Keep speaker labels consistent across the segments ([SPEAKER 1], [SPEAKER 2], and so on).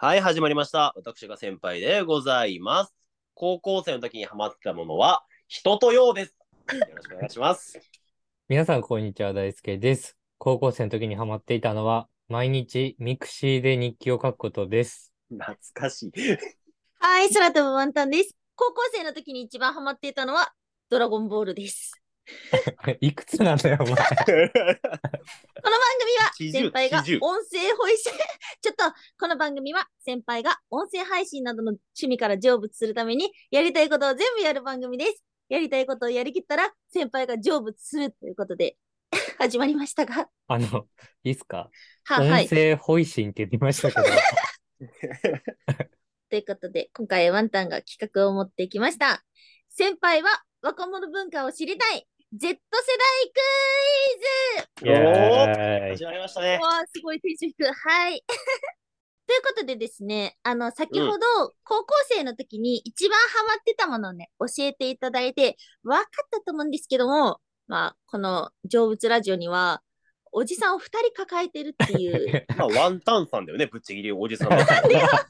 [SPEAKER 1] はい、始まりました。私が先輩でございます。高校生の時にハマってたものは、人とようです。よろしくお願いします。
[SPEAKER 2] 皆さん、こんにちは。大輔です。高校生の時にハマっていたのは、毎日ミクシーで日記を書くことです。
[SPEAKER 1] 懐かし い。
[SPEAKER 3] はい、空飛ぶワンタンです。高校生の時に一番ハマっていたのは、ドラゴンボールです。
[SPEAKER 2] いくつなんだよ、お
[SPEAKER 3] こ
[SPEAKER 2] 前。
[SPEAKER 3] の番組は
[SPEAKER 1] 40
[SPEAKER 3] 先輩が音
[SPEAKER 1] 40
[SPEAKER 3] 声配信、ちょっとこの番組は先輩が音声配信などの趣味から成仏するためにやりたいことを全部やる番組です。やりたいことをやりきったら先輩が成仏するということで始まりましたが、
[SPEAKER 2] あの、いいっすか
[SPEAKER 3] はは
[SPEAKER 2] 音
[SPEAKER 3] い。
[SPEAKER 2] 声配信って言ってましたけど、
[SPEAKER 3] ということで、今回ワンタンが企画を持ってきました。先輩は若者文化を知りたい Z 世代クイズ
[SPEAKER 1] イエ
[SPEAKER 2] イエーイ
[SPEAKER 1] 始まりましたね。
[SPEAKER 3] わあ、すごいテンション低い。はい。 ということでですね、あの、先ほど、高校生の時に一番ハマってたものをね、教えていただいて、分かったと思うんですけども、まあ、この成仏ラジオには、おじさんを2人抱えてるって いう、
[SPEAKER 1] まあ、ワンタンさんだよね、ぶっちぎりおじさんは。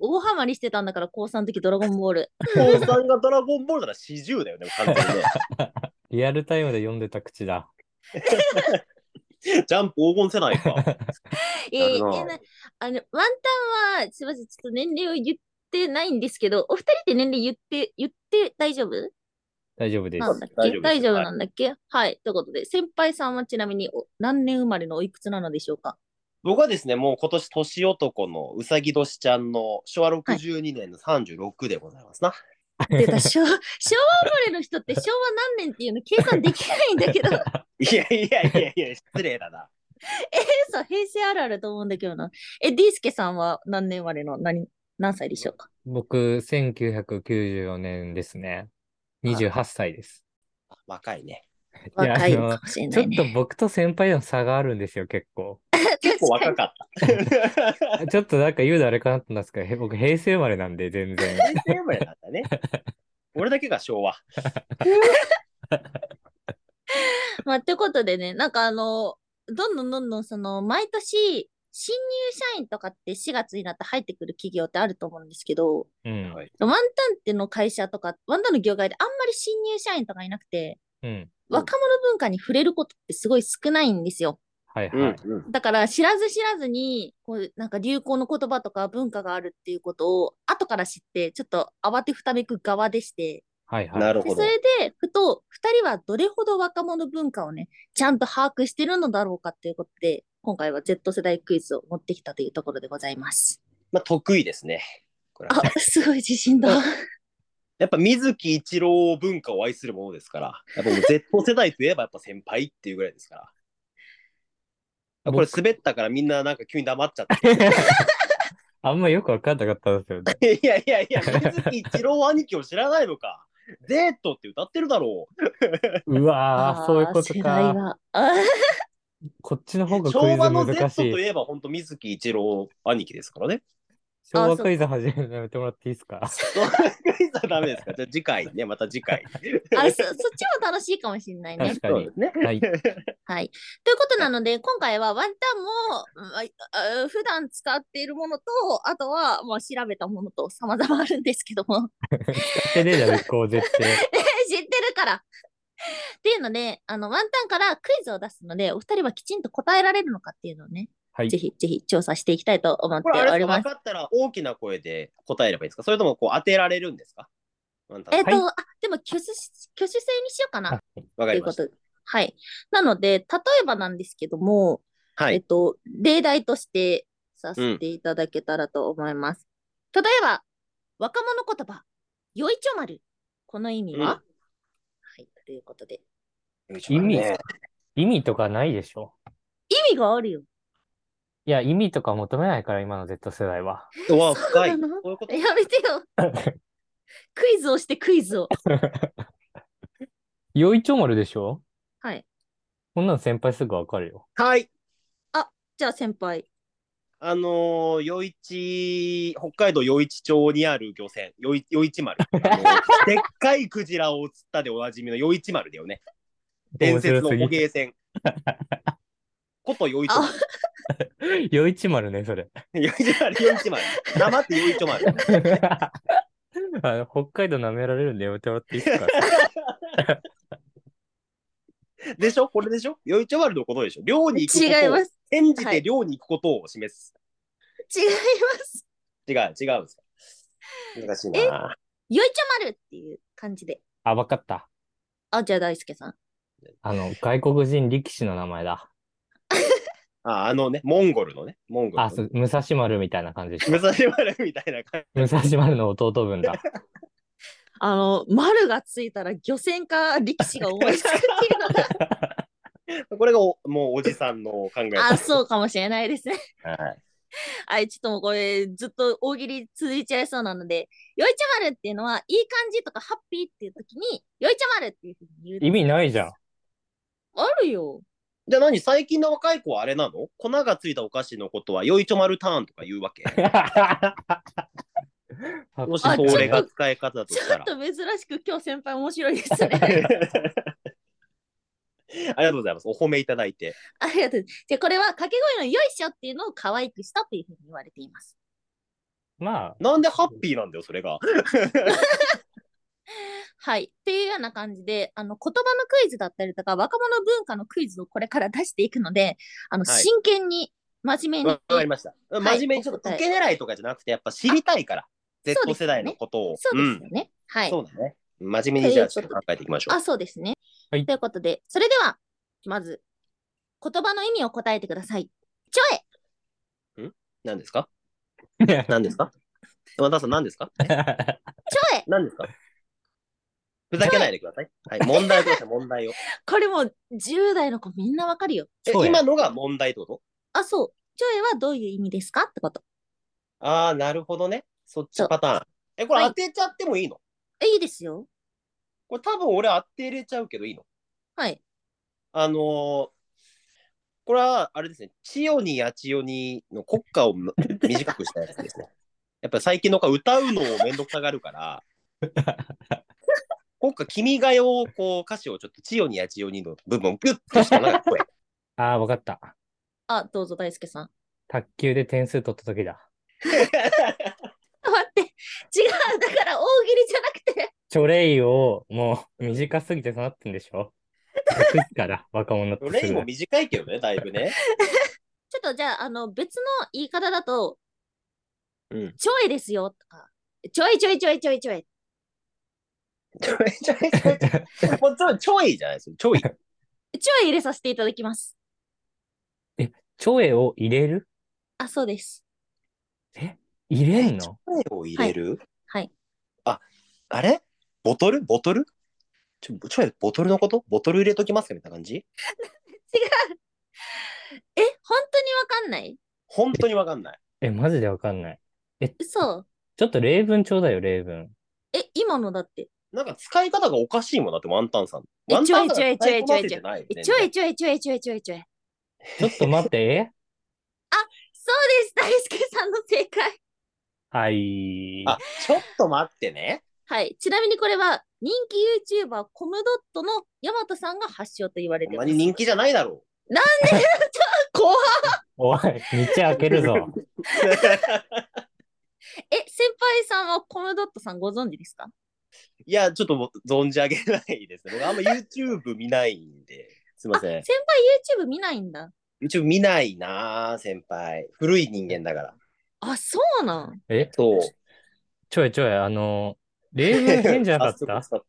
[SPEAKER 3] 大ハマりしてたんだから、高3の時ドラゴンボール。
[SPEAKER 1] お父さんがドラゴンボールなら四十だよね、完全にね。
[SPEAKER 2] リアルタイムで読んでた口だ。
[SPEAKER 1] ジャンプ黄金世代か。
[SPEAKER 3] えー、え
[SPEAKER 1] なるほど
[SPEAKER 3] ーなあの、ワンタンは、すいません、ちょっと年齢を言ってないんですけど、お二人って年齢言って、言って大丈夫
[SPEAKER 2] 大丈夫です
[SPEAKER 3] な。んだっ
[SPEAKER 1] 大
[SPEAKER 3] け
[SPEAKER 1] 丈夫です
[SPEAKER 3] 大丈夫なんだっけはい。ということで、先輩さんはちなみにお何年生まれのおいくつなのでしょう か
[SPEAKER 1] 僕はですね、もう今年年男のうさぎ年ちゃんの昭和62年の36でございますな。
[SPEAKER 3] 出た昭昭和生まれの人って昭和何年っていうの計算できないんだ けど、
[SPEAKER 1] い、やいやいやいや、失礼だな。
[SPEAKER 3] そう平成あるあると思うんだけどな。え、ディースケさんは何年生まれの何何歳でしょうか
[SPEAKER 2] 僕、1994年ですね。28歳です。
[SPEAKER 1] 若いね。
[SPEAKER 2] いや
[SPEAKER 3] 若い
[SPEAKER 2] あの
[SPEAKER 3] かもしれ
[SPEAKER 2] ち
[SPEAKER 3] な
[SPEAKER 2] ょ
[SPEAKER 3] い
[SPEAKER 2] っ
[SPEAKER 3] ね。
[SPEAKER 2] と僕と先輩の差があるんですよ、結構。
[SPEAKER 1] 結構若かった。平成
[SPEAKER 2] ちょっとなんか言うのあれかなと思ったんですけどへ、僕、平成生まれなんで、全然。
[SPEAKER 1] 生まれなんだね。俺だけが昭和。
[SPEAKER 3] まあ、ということでね、なんかあの、どんどんどんどんその、毎年、新入社員とかって4月になって入ってくる企業ってあると思うんですけど、
[SPEAKER 2] うん。
[SPEAKER 1] はい
[SPEAKER 3] ワンタンっての会社とか、ワンタンの業界であんまり新入社員とかいなくて、
[SPEAKER 2] うん。
[SPEAKER 1] うん
[SPEAKER 3] 若者文化に触れることってすごい少ないんですよ。
[SPEAKER 2] はいは
[SPEAKER 1] うん
[SPEAKER 2] い。
[SPEAKER 1] うん
[SPEAKER 3] だから知らず知らずに、こう、なんか流行の言葉とか文化があるっていうことを、後から知って、ちょっと慌てふためく側でして、
[SPEAKER 2] はいはい。
[SPEAKER 1] なる
[SPEAKER 3] で
[SPEAKER 1] ほ
[SPEAKER 3] そ
[SPEAKER 1] ど。
[SPEAKER 3] れで、ふと、二人はどれほど若者文化をね、ちゃんと把握してるのだろうかということで、今回は Z 世代クイズを持ってきたというところでございます。
[SPEAKER 1] まあ、得意ですね。これは
[SPEAKER 3] あ、 すごい自信だ。
[SPEAKER 1] やっぱ水木一郎文化を愛するものですから、やっぱもう Z 世代といえばやっぱ先輩っていうぐらいですから。これ滑ったからみんななんか急に黙っ ちゃった。
[SPEAKER 2] あんまよく分かんなかったんですよね。
[SPEAKER 1] いやいやいや、水木一郎兄貴を知らないのか。Z って歌ってるだろう。
[SPEAKER 2] うわ
[SPEAKER 3] ー
[SPEAKER 2] ー、そういうこと
[SPEAKER 3] 世代
[SPEAKER 2] か。
[SPEAKER 3] が。あー
[SPEAKER 2] こっちの方がクイ
[SPEAKER 1] 昭
[SPEAKER 2] ズ
[SPEAKER 1] 和の
[SPEAKER 2] 難
[SPEAKER 1] Z
[SPEAKER 2] しい
[SPEAKER 1] と。いえば本当水木一郎兄貴ですから ね。
[SPEAKER 2] 昭
[SPEAKER 3] あそ
[SPEAKER 2] 和
[SPEAKER 3] っか
[SPEAKER 2] クイズ始めるのやめてもらっていいですか
[SPEAKER 1] その クイズはダメですかじゃあ次回ね、また次 回。
[SPEAKER 3] あれそ、 そっちも楽しいかもしれないね
[SPEAKER 2] 確。かに
[SPEAKER 1] そうですね。
[SPEAKER 2] はい。
[SPEAKER 3] はい。ということなので、今回はワンタンもうんああ、普段使っているものと、あとは、まあ、調べたものと様々あるんですけども、
[SPEAKER 2] 手でじゃなこう絶対。
[SPEAKER 3] 知ってるから。っていうので、あの、ワンタンからクイズを出すので、お二人はきちんと答えられるのかっていうのをね、
[SPEAKER 2] はい
[SPEAKER 3] ぜ。ひぜひ調査していきたいと思って
[SPEAKER 1] これあ
[SPEAKER 3] おり
[SPEAKER 1] れですか
[SPEAKER 3] ま
[SPEAKER 1] 分
[SPEAKER 3] す。
[SPEAKER 1] かったら大きな声で答えればいいですかそれともこう当てられるんですかあんた
[SPEAKER 3] えっ、と、
[SPEAKER 2] は
[SPEAKER 3] あ、でも挙手し、挙手制にしようかな。
[SPEAKER 1] わ
[SPEAKER 3] と
[SPEAKER 1] か
[SPEAKER 3] い
[SPEAKER 1] り
[SPEAKER 3] う
[SPEAKER 1] ま
[SPEAKER 3] こ
[SPEAKER 1] した
[SPEAKER 3] と。はい。なので、例えばなんですけども、
[SPEAKER 1] は
[SPEAKER 3] えっ
[SPEAKER 1] い。
[SPEAKER 3] と、例題としてさせていただけたらと思います。例えば、若者言葉、よいちょ丸。この意味は、
[SPEAKER 1] うん
[SPEAKER 3] はい、ということで。
[SPEAKER 2] 意味、意味とかないでしょ。
[SPEAKER 3] 意味があるよ。
[SPEAKER 2] いや、意味とか求めないから、今の Z 世代は。
[SPEAKER 1] うわ、深い。
[SPEAKER 3] そう
[SPEAKER 1] そ
[SPEAKER 3] なの
[SPEAKER 1] ういうこと。
[SPEAKER 3] やめてよ。クイズをしてクイズを。
[SPEAKER 2] よいちょ丸でしょ
[SPEAKER 3] はい。
[SPEAKER 2] こんなの先輩すぐわかるよ。
[SPEAKER 1] はい。
[SPEAKER 3] じゃあ先輩。
[SPEAKER 1] あのー、余市、北海道余市町にある漁船、余余市丸。あ のーでっかいクジラを釣ったでおなじみの余市丸だよね。伝説の捕
[SPEAKER 2] 面白すぎ
[SPEAKER 1] 鯨船。こと余市
[SPEAKER 3] あ
[SPEAKER 1] 丸。
[SPEAKER 2] 余一丸ね、それ。
[SPEAKER 1] 余一丸、余一丸。黙って余一丸。
[SPEAKER 2] あの北海道舐められるんでやめてもらっていい ですか
[SPEAKER 1] でしょこれでしょ余一丸のことでしょ寮に行くことを
[SPEAKER 3] 違います。
[SPEAKER 1] 演じ
[SPEAKER 3] は
[SPEAKER 1] て
[SPEAKER 3] い
[SPEAKER 1] 寮に行くことを示す。
[SPEAKER 3] 違います。
[SPEAKER 1] 違う、違うんですか難しいな。
[SPEAKER 3] よいちょ丸っていう感じで。
[SPEAKER 2] あ、わかった。
[SPEAKER 3] あ、じゃあ大輔さん。
[SPEAKER 2] あの、外国人力士の名前だ。
[SPEAKER 1] あ、あのね、モンゴルのね、モンゴルのね、
[SPEAKER 2] あ、そう、武蔵丸みたいな感じでしょ
[SPEAKER 1] 武蔵丸みたいな感
[SPEAKER 2] 武蔵丸の弟 分だ。
[SPEAKER 3] あの、丸がついたら漁船か力士が思いつくっていうのが、
[SPEAKER 1] じ。これがおもうおじさんの考え
[SPEAKER 3] あ、そうかもしれないですね。
[SPEAKER 1] はい
[SPEAKER 3] はい、ちょっともうこれずっと大喜利続いちゃいそうなので、よいちょ丸っていうのは、いい感じとかハッピーっていう時に、よいちょ丸っていうふうに言う。
[SPEAKER 2] 意味ないじゃん。
[SPEAKER 3] あるよ。
[SPEAKER 1] じゃあ何最近の若い子はあれなの粉がついたお菓子のことは、よいちょ丸ターンとか言うわけ。 もし
[SPEAKER 3] あ
[SPEAKER 1] それ
[SPEAKER 3] ちょ
[SPEAKER 1] が
[SPEAKER 3] っ
[SPEAKER 1] 使い方だと
[SPEAKER 3] ち
[SPEAKER 1] した
[SPEAKER 3] ょっ
[SPEAKER 1] ら。。
[SPEAKER 3] と珍しく今日先輩面白いです ね
[SPEAKER 1] ありがとうございます。お褒めいただいて。
[SPEAKER 3] ありがとう。じゃあこれは掛け声のよいしょっていうのを可愛くしたっていうふうに言われています。
[SPEAKER 2] まあ、
[SPEAKER 1] なんでハッピーなんだよ、それが。
[SPEAKER 3] はい。っていうような感じで、あの、言葉のクイズだったりとか、若者文化のクイズをこれから出していくので、あの、
[SPEAKER 1] はい
[SPEAKER 3] 真剣に、真面目に
[SPEAKER 1] わ、かりました。真面目にちょっと受け狙いとかじゃなくて、やっぱ知りたいから、
[SPEAKER 3] そうで
[SPEAKER 1] Z
[SPEAKER 3] すよね
[SPEAKER 1] 世代のことを。
[SPEAKER 3] そうですよね。は
[SPEAKER 1] うん
[SPEAKER 3] い。
[SPEAKER 1] そうだね。真面目にじゃあちょっと考えていきましょう
[SPEAKER 3] あ、。そうですね。
[SPEAKER 2] はい
[SPEAKER 3] ということで、それでは、まず、言葉の意味を答えてください。ちょえ
[SPEAKER 1] 何ですか何ですか山田さん何ですか
[SPEAKER 3] ちょえ
[SPEAKER 1] 何ですかふざけないでください。はい、問題として問題を。
[SPEAKER 3] これもう、10代の子みんなわかるよ。
[SPEAKER 1] え
[SPEAKER 2] そうや
[SPEAKER 1] 今のが問題ってこと
[SPEAKER 3] あ、そう。ちょえはどういう意味ですかってこと。
[SPEAKER 1] ああ、なるほどね。そっちパターン。え、これ
[SPEAKER 3] はい
[SPEAKER 1] 当てちゃってもいいの、
[SPEAKER 3] え、いいですよ。
[SPEAKER 1] これ多分俺当てれちゃうけどいいの
[SPEAKER 3] はい。
[SPEAKER 1] あのーこれはあれですね、千代に八千代にの国歌をむ短くしたやつですね。やっぱ最近の子は歌うのをめんどくさがるから、国歌君が代をこう歌詞をちょっと千代に八千代にの部分をギュッとしたなんか声。
[SPEAKER 2] ああ、わかった。
[SPEAKER 3] あ、どうぞ大輔さん。
[SPEAKER 2] 卓球で点数取った時だ。
[SPEAKER 3] 待って、違う、だから大喜利じゃなくて、
[SPEAKER 2] チョレイをもう短すぎてそうなってんでしょ 隠すから、若者って
[SPEAKER 1] レ
[SPEAKER 2] す
[SPEAKER 1] イも
[SPEAKER 2] ぐ。
[SPEAKER 1] 短いけどね、だいぶね。
[SPEAKER 3] ちょっとじゃあ、あの、別の言い方だと、
[SPEAKER 1] うん。
[SPEAKER 3] ちょいですよとか、ちょいちょいちょいちょいちょい。
[SPEAKER 1] ちょいちょいちょいちょい。もうちょいちょいじゃないですよ。ちょい。
[SPEAKER 3] ちょい入れさせていただきます。
[SPEAKER 2] チョエを入れる
[SPEAKER 3] あ、そうです。
[SPEAKER 2] 入れんの
[SPEAKER 1] 声を入れる、
[SPEAKER 3] はい
[SPEAKER 1] あ、あれボトルボトルちょ、ちょい、ボトルのことボトル入れときますかみたいな感じ
[SPEAKER 3] え、本当にわかんない
[SPEAKER 1] 本当にわかんない。
[SPEAKER 2] え、マジでわかんない。
[SPEAKER 3] 嘘。
[SPEAKER 2] ちょっと例文ちょうだいよ、例文。
[SPEAKER 3] え、今のだって。
[SPEAKER 1] なんか使い方がおかしいもんだって、ワンタンさん。
[SPEAKER 3] え
[SPEAKER 1] ワンタンさん
[SPEAKER 3] ちょいちょいちょいちょい
[SPEAKER 1] 使こなせてないよ
[SPEAKER 3] え
[SPEAKER 1] ね
[SPEAKER 3] ちょいちょいちょいちょいちょいちょい。
[SPEAKER 2] ちょっと待って、 え
[SPEAKER 3] そうです、大輔さんの正解。
[SPEAKER 2] はい。
[SPEAKER 1] あ、ちょっと待ってね。
[SPEAKER 3] はい。ちなみにこれは、人気 YouTuber コムドットのヤマトさんが発祥と言われ
[SPEAKER 1] ほん
[SPEAKER 3] て
[SPEAKER 1] ま
[SPEAKER 3] ます。
[SPEAKER 1] に人気じゃない だろ
[SPEAKER 3] 怖っ
[SPEAKER 2] おい、道開けるぞ。
[SPEAKER 1] う。
[SPEAKER 3] え、先輩さんはコムドットさんご存知ですか
[SPEAKER 1] いや、ちょっと存じ上げないですね。僕あんま YouTube 見ないんで。すいません
[SPEAKER 3] 先。輩 YouTube 見ないんだ。
[SPEAKER 1] YouTube 見ないなぁ、先輩。古い人間だから。
[SPEAKER 3] あ、そうなん。
[SPEAKER 2] え、
[SPEAKER 1] そう。
[SPEAKER 2] ちょいちょい、あの、例文変じゃなかっ
[SPEAKER 1] 早
[SPEAKER 2] た
[SPEAKER 1] 速使っ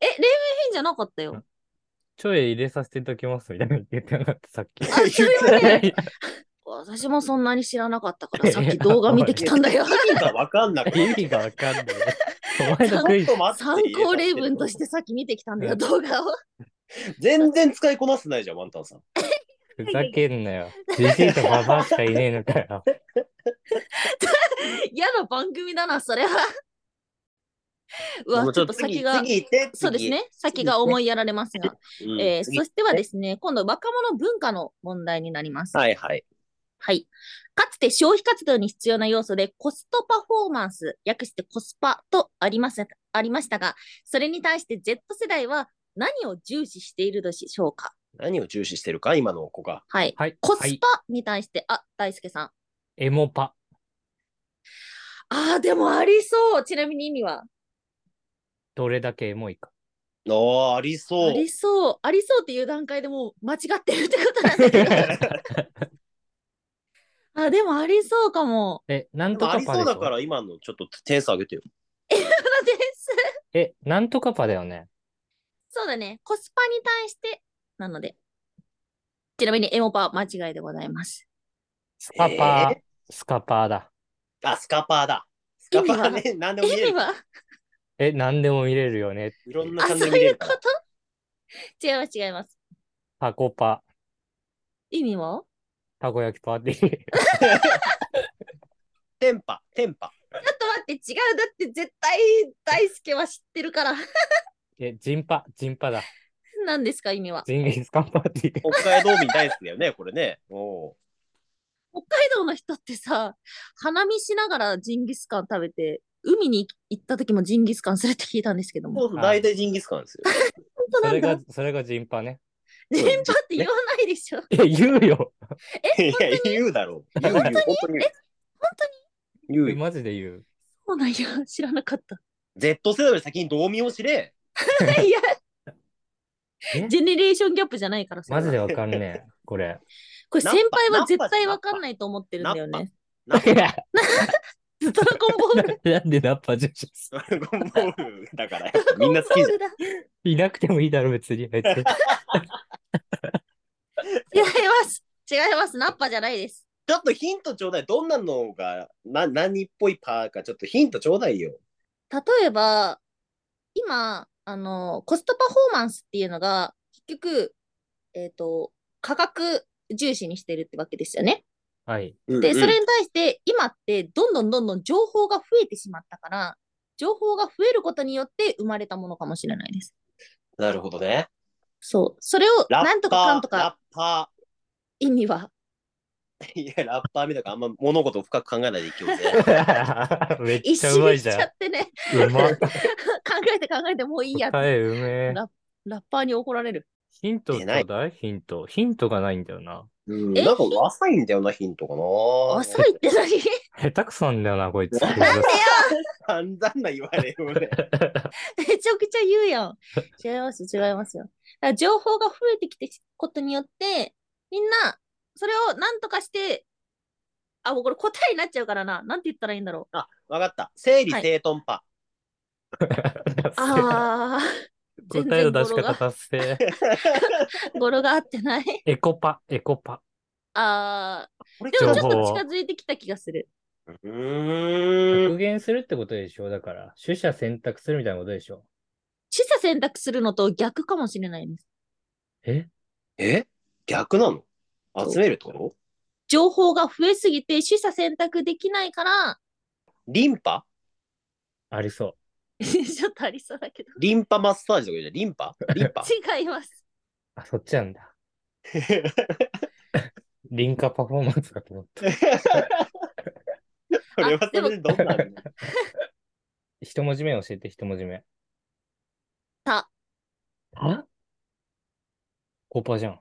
[SPEAKER 3] え、黎明編じゃなかった よ。
[SPEAKER 2] ちょい入れさせていただきますみたいなの言ってなかった、さっき。
[SPEAKER 3] あ、それはね、私もそんなに知らなかったから、さっき動画見てきたんだ よ。
[SPEAKER 1] 意味がわかんなくて。。
[SPEAKER 2] 意味がわかんない。お前のクイズ。
[SPEAKER 3] 参考例文としててさっき見てきたんだよ、動画を。
[SPEAKER 1] 全然使いこなせないじゃん、ワンタンさん。
[SPEAKER 2] ふざけんなよ。じじいとババアしかいねえのかよ。
[SPEAKER 3] 嫌な番組だな、それは。うわ、ちょっと先が、
[SPEAKER 1] 次行って。次
[SPEAKER 3] そうです。ね、先が思いやられますが。
[SPEAKER 1] うん
[SPEAKER 3] えー
[SPEAKER 1] 次
[SPEAKER 3] そしてはですね、今度若者文化の問題になります。
[SPEAKER 1] はいはい。
[SPEAKER 3] はい。かつて消費活動に必要な要素でコストパフォーマンス、略してコスパとありますありましたが、それに対して Z 世代は何を重視しているでしょうか
[SPEAKER 1] 何を重視してるか、今の子が。
[SPEAKER 3] はい。
[SPEAKER 2] はい。
[SPEAKER 3] コ
[SPEAKER 2] は
[SPEAKER 3] ス
[SPEAKER 2] い
[SPEAKER 3] パに対して、あ、大輔さん。
[SPEAKER 2] エモパ。
[SPEAKER 3] ああ、でもありそう。ちなみに意味は。
[SPEAKER 2] どれだけエモいか。
[SPEAKER 1] ああ、ありそ
[SPEAKER 3] あ
[SPEAKER 1] う。
[SPEAKER 3] りそう。ありそうっていう段階でもう間違ってるってことなんだけど。あ、でもありそうかも。
[SPEAKER 2] え、なん
[SPEAKER 1] で
[SPEAKER 2] と
[SPEAKER 1] もあ
[SPEAKER 2] か
[SPEAKER 1] り
[SPEAKER 2] パ
[SPEAKER 1] そ
[SPEAKER 2] で
[SPEAKER 1] う
[SPEAKER 2] し
[SPEAKER 1] だか
[SPEAKER 2] ょ
[SPEAKER 1] ら、今のちょっと点数上げてよ。
[SPEAKER 3] です。
[SPEAKER 2] え、なんとかパだよね。
[SPEAKER 3] そうだね。コスパに対してなので。ちなみにエモパは間違いでございます。
[SPEAKER 2] スカパー、
[SPEAKER 1] え
[SPEAKER 2] スカパーだ。
[SPEAKER 1] あ、スカパーだ。スカパー
[SPEAKER 3] 意
[SPEAKER 1] ね、何でも見
[SPEAKER 3] 意
[SPEAKER 1] れ
[SPEAKER 3] 味
[SPEAKER 1] る。
[SPEAKER 3] は
[SPEAKER 2] え、なんでも見れるよね。
[SPEAKER 1] いろんな
[SPEAKER 3] あ、
[SPEAKER 1] チャ
[SPEAKER 3] そ
[SPEAKER 1] ン
[SPEAKER 3] う
[SPEAKER 1] ネル見れ
[SPEAKER 3] いう
[SPEAKER 1] る
[SPEAKER 3] こ
[SPEAKER 1] から。
[SPEAKER 3] と違います、違います。
[SPEAKER 2] タコパ、
[SPEAKER 3] 意味は
[SPEAKER 2] たこ焼きパーティー。
[SPEAKER 1] テンパ、テンパ。
[SPEAKER 3] ちょっと待って、違う。だって絶対大輔は知ってるから。
[SPEAKER 2] え、ジンパ、ジンパだ。
[SPEAKER 3] 何ですか、意味は。
[SPEAKER 2] ジンギスカンパー ティー。
[SPEAKER 1] 北海道民大好きだよね、これね。おう
[SPEAKER 3] 北海道の人ってさ、花見しながらジンギスカン食べて、海に行った時もジンギスカンするって聞いたんですけども。
[SPEAKER 1] そうそう大体ジンギスカンですよ。
[SPEAKER 3] 本当
[SPEAKER 2] そ
[SPEAKER 3] なん
[SPEAKER 2] れ
[SPEAKER 3] だ
[SPEAKER 2] が。、それがジンパね。
[SPEAKER 3] ジンパって言わないでしょ。
[SPEAKER 2] え、言うよ。
[SPEAKER 1] いや、言うだろう。言う、言う、本当に言う。
[SPEAKER 3] 本
[SPEAKER 1] 言う
[SPEAKER 2] え
[SPEAKER 1] よ。
[SPEAKER 2] マジで言う。
[SPEAKER 3] そうなんや。知らなかった。
[SPEAKER 1] Z 世代より先に道民を 知れ。
[SPEAKER 3] いや
[SPEAKER 2] え、
[SPEAKER 3] ジェネレーションギャップじゃないからそれ
[SPEAKER 2] マ
[SPEAKER 3] は
[SPEAKER 2] ジでわかんねえ、これ。
[SPEAKER 3] これ先輩
[SPEAKER 1] ナンパ
[SPEAKER 3] は絶対わかんないと思ってるんだよね。
[SPEAKER 1] なん
[SPEAKER 2] いや
[SPEAKER 3] ドラゴン ボール。
[SPEAKER 2] なんでナンパ女子
[SPEAKER 1] ドラゴンボールだから、みんな好きじゃん。
[SPEAKER 3] だ。
[SPEAKER 2] いなくてもいいだろ、別に。あいつ
[SPEAKER 3] 違います。違います。ナッパじゃないです。
[SPEAKER 1] ちょっとヒントちょうだい。どんなのが、な、何っぽいパーか、ちょっとヒントちょうだいよ。
[SPEAKER 3] 例えば、今、あの、コストパフォーマンスっていうのが、結局、えっ、と、価格重視にしてるってわけですよね。
[SPEAKER 2] はい。
[SPEAKER 3] で、そ
[SPEAKER 1] うん
[SPEAKER 3] れに対して、今って、どんどんどんどん情報が増えてしまったから、情報が増えることによって生まれたものかもしれないです。
[SPEAKER 1] なるほどね。
[SPEAKER 3] そう。それを、
[SPEAKER 1] ラッパー
[SPEAKER 3] なんとかかんと
[SPEAKER 1] ラ
[SPEAKER 3] か、
[SPEAKER 1] ッパ
[SPEAKER 3] 意味は。
[SPEAKER 1] ー。いや、ラッパーみたいな、あんま物事を深 く考えないでいきようぜ。
[SPEAKER 2] めっ
[SPEAKER 3] 一
[SPEAKER 2] ちゃうま
[SPEAKER 3] 周
[SPEAKER 2] い
[SPEAKER 3] し
[SPEAKER 2] じ
[SPEAKER 3] ち
[SPEAKER 2] ゃん。
[SPEAKER 3] ゃってね、
[SPEAKER 2] うまっ。
[SPEAKER 3] 考えて考えてもういいやって
[SPEAKER 2] 答えうめえ。
[SPEAKER 3] ララッパーに怒られる。
[SPEAKER 2] ヒントちょうだいヒント。ヒントがないんだよな。
[SPEAKER 1] うん、
[SPEAKER 3] え
[SPEAKER 1] なんか浅いんだよな、ヒントかな。
[SPEAKER 3] 浅いって何
[SPEAKER 2] 下手くそなんだよな、こいつ。
[SPEAKER 1] 散々な言われよね。
[SPEAKER 3] めちゃくちゃ言うや ん。違います、違いますよ。だから情報が増えてきてことによって、みんな、それを何とかして、あ、もうこれ答えになっちゃうからな。なんて言ったらいいんだろ
[SPEAKER 1] あ、わかった。整理整頓パ。
[SPEAKER 3] う。あ全
[SPEAKER 2] 答え
[SPEAKER 3] 然語呂
[SPEAKER 2] の
[SPEAKER 3] が
[SPEAKER 2] 出し方達成。
[SPEAKER 3] ー、 語呂が合ってない。
[SPEAKER 2] エコパ、エコパ。
[SPEAKER 3] あ
[SPEAKER 1] これ
[SPEAKER 3] ー、でもち
[SPEAKER 1] ち
[SPEAKER 3] ょ
[SPEAKER 1] ょ
[SPEAKER 3] っ
[SPEAKER 1] っ
[SPEAKER 2] 情
[SPEAKER 3] と
[SPEAKER 2] 報
[SPEAKER 3] 近づいてきた気がする。
[SPEAKER 1] とうー
[SPEAKER 2] 復
[SPEAKER 1] ん。
[SPEAKER 2] 元するってことでしょだから、取捨選択するみたいなことでしょ
[SPEAKER 3] 示唆選択するのと逆かもしれないです。
[SPEAKER 2] え
[SPEAKER 1] え逆なの集めるってこと
[SPEAKER 3] 情報が増えすぎて取捨選択できないから、
[SPEAKER 1] リンパ
[SPEAKER 2] ありそ
[SPEAKER 3] ちょっとありそうだけど。
[SPEAKER 1] リンパマッサージとかじゃリンパリ ンパ
[SPEAKER 3] 違います。
[SPEAKER 2] う。あ、そっちなんだ。リンカパフォーマンスかと思った。
[SPEAKER 1] それはそれ でどんなの
[SPEAKER 2] 一文字目教えて、一文字目。
[SPEAKER 3] た。
[SPEAKER 2] あコパじゃん。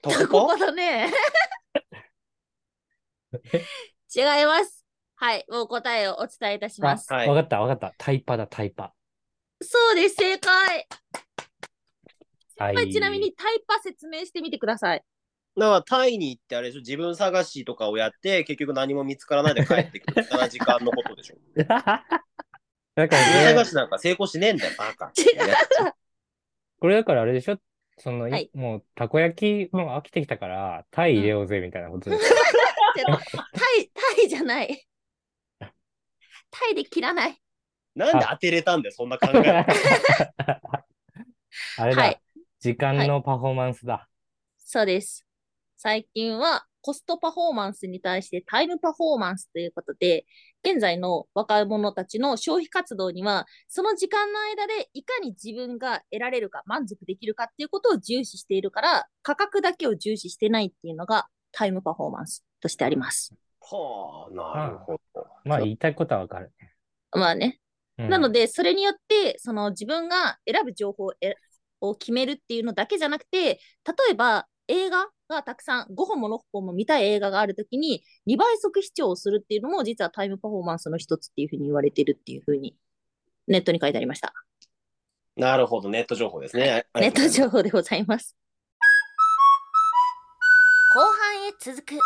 [SPEAKER 1] タ
[SPEAKER 3] こ
[SPEAKER 1] コ
[SPEAKER 3] こだね。違います。はい、もう答えをお伝えいたします。
[SPEAKER 1] パはい
[SPEAKER 2] わかった、わかった。タイパだ、タイ パ。
[SPEAKER 3] そうです、正解。
[SPEAKER 2] は
[SPEAKER 3] これちなみ。にタイパ説明してみてください。
[SPEAKER 1] だからタイに行ってあれでしょ自分探しとかをやって結局何も見つからないで帰ってく る7時間のことでしょ
[SPEAKER 2] だか
[SPEAKER 1] 自分
[SPEAKER 2] ら、ね
[SPEAKER 1] 探、しなんか成功しねえんだよバカ
[SPEAKER 3] 違
[SPEAKER 2] これだからあれでしょその、い
[SPEAKER 3] はい
[SPEAKER 2] もう、たこ焼き、もう飽きてきたから、タイ入れようぜ、みたいなことでしょ。
[SPEAKER 3] でもタイ、タイじゃない。タイで切らない。
[SPEAKER 1] なんで当てれたんだよそんな 考え
[SPEAKER 2] あれだ、
[SPEAKER 3] はい、
[SPEAKER 2] 時間のパフォーマンスだ。
[SPEAKER 3] そうです。最近はコストパフォーマンスに対してタイムパフォーマンスということで、現在の若者たちの消費活動には、その時間の間でいかに自分が得られるか、満足できるかっていうことを重視しているから、価格だけを重視してないっていうのがタイムパフォーマンスとしてあります。
[SPEAKER 1] はあなるほど
[SPEAKER 2] まあ、言いたいことはわかる。
[SPEAKER 3] まあね。
[SPEAKER 2] うん
[SPEAKER 3] なの、で、それによって、その自分が選ぶ情報をえを決めるっていうのだけじゃなくて、例えば映画がたくさん5本も6本も見たい映画があるときに2倍速視聴をするっていうのも実はタイムパフォーマンスの一つっていうふうに言われてるっていうふうにネットに書いてありました。
[SPEAKER 1] なるほど、ネット情報ですね。
[SPEAKER 3] ネット情報でございます。後半へ続く。